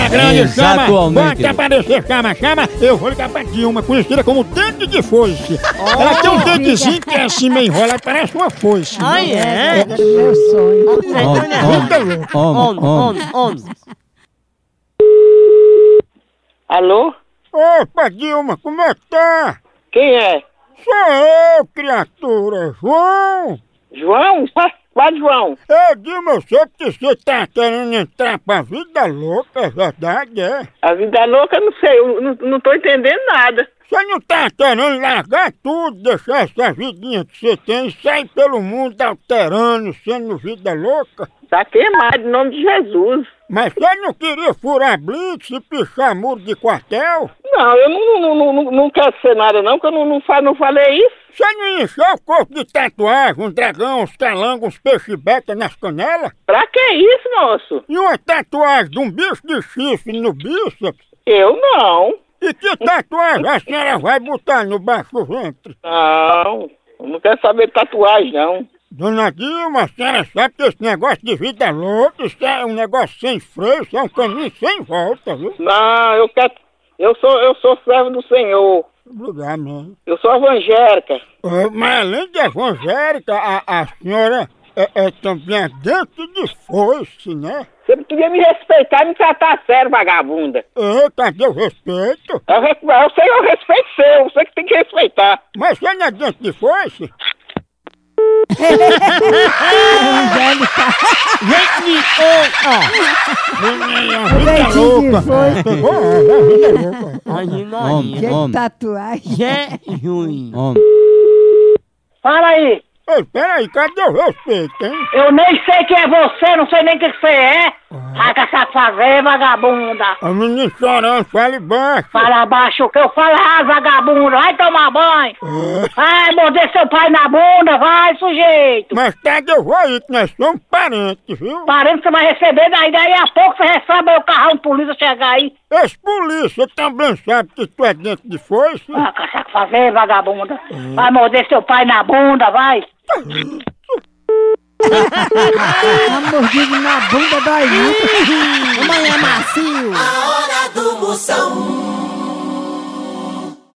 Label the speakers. Speaker 1: Ah. grande, chama!
Speaker 2: Exatamente.
Speaker 1: Bota aparecer, chama, chama! Eu vou ligar pra Dilma, conhecida como dente de foice. Ela tem um dentezinho que é assim meio enrolado, parece uma foice.
Speaker 3: Ai, é?
Speaker 4: Meu sonho.
Speaker 2: Homem, homem, homem,
Speaker 3: Homem,
Speaker 2: homem.
Speaker 3: homem, homem.
Speaker 5: Alô?
Speaker 1: Opa, Dilma, como é que tá?
Speaker 5: Quem é?
Speaker 1: Sou eu, criatura, João!
Speaker 5: João? Qua- Qual João?
Speaker 1: Ô, Dilma, eu sei que você tá querendo entrar pra vida louca, é verdade, é?
Speaker 5: A vida louca, eu não sei, eu não, não tô entendendo nada.
Speaker 1: Você não tá querendo largar tudo, deixar essa vidinha que você tem, e sair pelo mundo alterando, sendo vida louca?
Speaker 5: Tá queimado, em nome de Jesus.
Speaker 1: Mas você não queria furar blitz e pichar muro de quartel?
Speaker 5: Não, eu não, não, não, não, não quero ser nada não, que eu não, não, fa- não falei isso.
Speaker 1: Você não encheu o corpo de tatuagem, um dragão, uns calangos, uns peixe-beta nas canelas?
Speaker 5: Pra que isso, moço?
Speaker 1: E uma tatuagem de um bicho de chifre no bíceps?
Speaker 5: Eu não.
Speaker 1: E que tatuagem a senhora vai botar no baixo ventre?
Speaker 5: Não, eu não quero saber de tatuagem, não.
Speaker 1: Dona Dilma, a senhora sabe que esse negócio de vida louca, isso é um negócio sem freio, isso é um caminho sem volta, viu?
Speaker 5: Não, eu quero... Eu sou, eu sou servo do Senhor.
Speaker 1: Obrigado, mãe.
Speaker 5: Eu sou evangélica.
Speaker 1: Ô, É, mas além de evangélica, a, a senhora é, é também é dentro de foice, né?
Speaker 5: Você podia me respeitar e me tratar sério, vagabunda.
Speaker 1: Eu, cadê o respeito?
Speaker 5: Eu, re- eu sei, eu respeito seu, você que tem que respeitar.
Speaker 1: Mas você não é dentro de foice? Gente, ô,
Speaker 4: Dente de
Speaker 1: ó.
Speaker 4: foice.
Speaker 1: Pegou? É, vida louca.
Speaker 3: Ai,
Speaker 2: Homem,
Speaker 3: noinha.
Speaker 4: Que
Speaker 2: homem,
Speaker 4: tatuagem.
Speaker 3: Que é ruim.
Speaker 2: homem.
Speaker 5: Fala aí.
Speaker 1: Ei, peraí, cadê o respeito, hein?
Speaker 5: Eu nem sei quem é você, não sei nem o que você é. Raga essa fazer, vagabunda.
Speaker 1: A menina chorando, fale baixo.
Speaker 5: Fala baixo o que eu falo, ah, vagabundo, vai tomar banho. Vai morder seu pai na bunda, vai, sujeito.
Speaker 1: Mas cadê o aí que nós somos parentes, viu?
Speaker 5: Parando que você vai receber, daí, daí a pouco você recebe aí o carrão de polícia chegar aí.
Speaker 1: Esse polícia também sabe que tu é dentro de foice.
Speaker 5: Ah, caçaca fazer, vagabunda. Vai morder seu pai na bunda, vai.
Speaker 4: Tá mordido na bunda da Ilha.
Speaker 3: Amanhã é macio.
Speaker 6: A hora do Moção.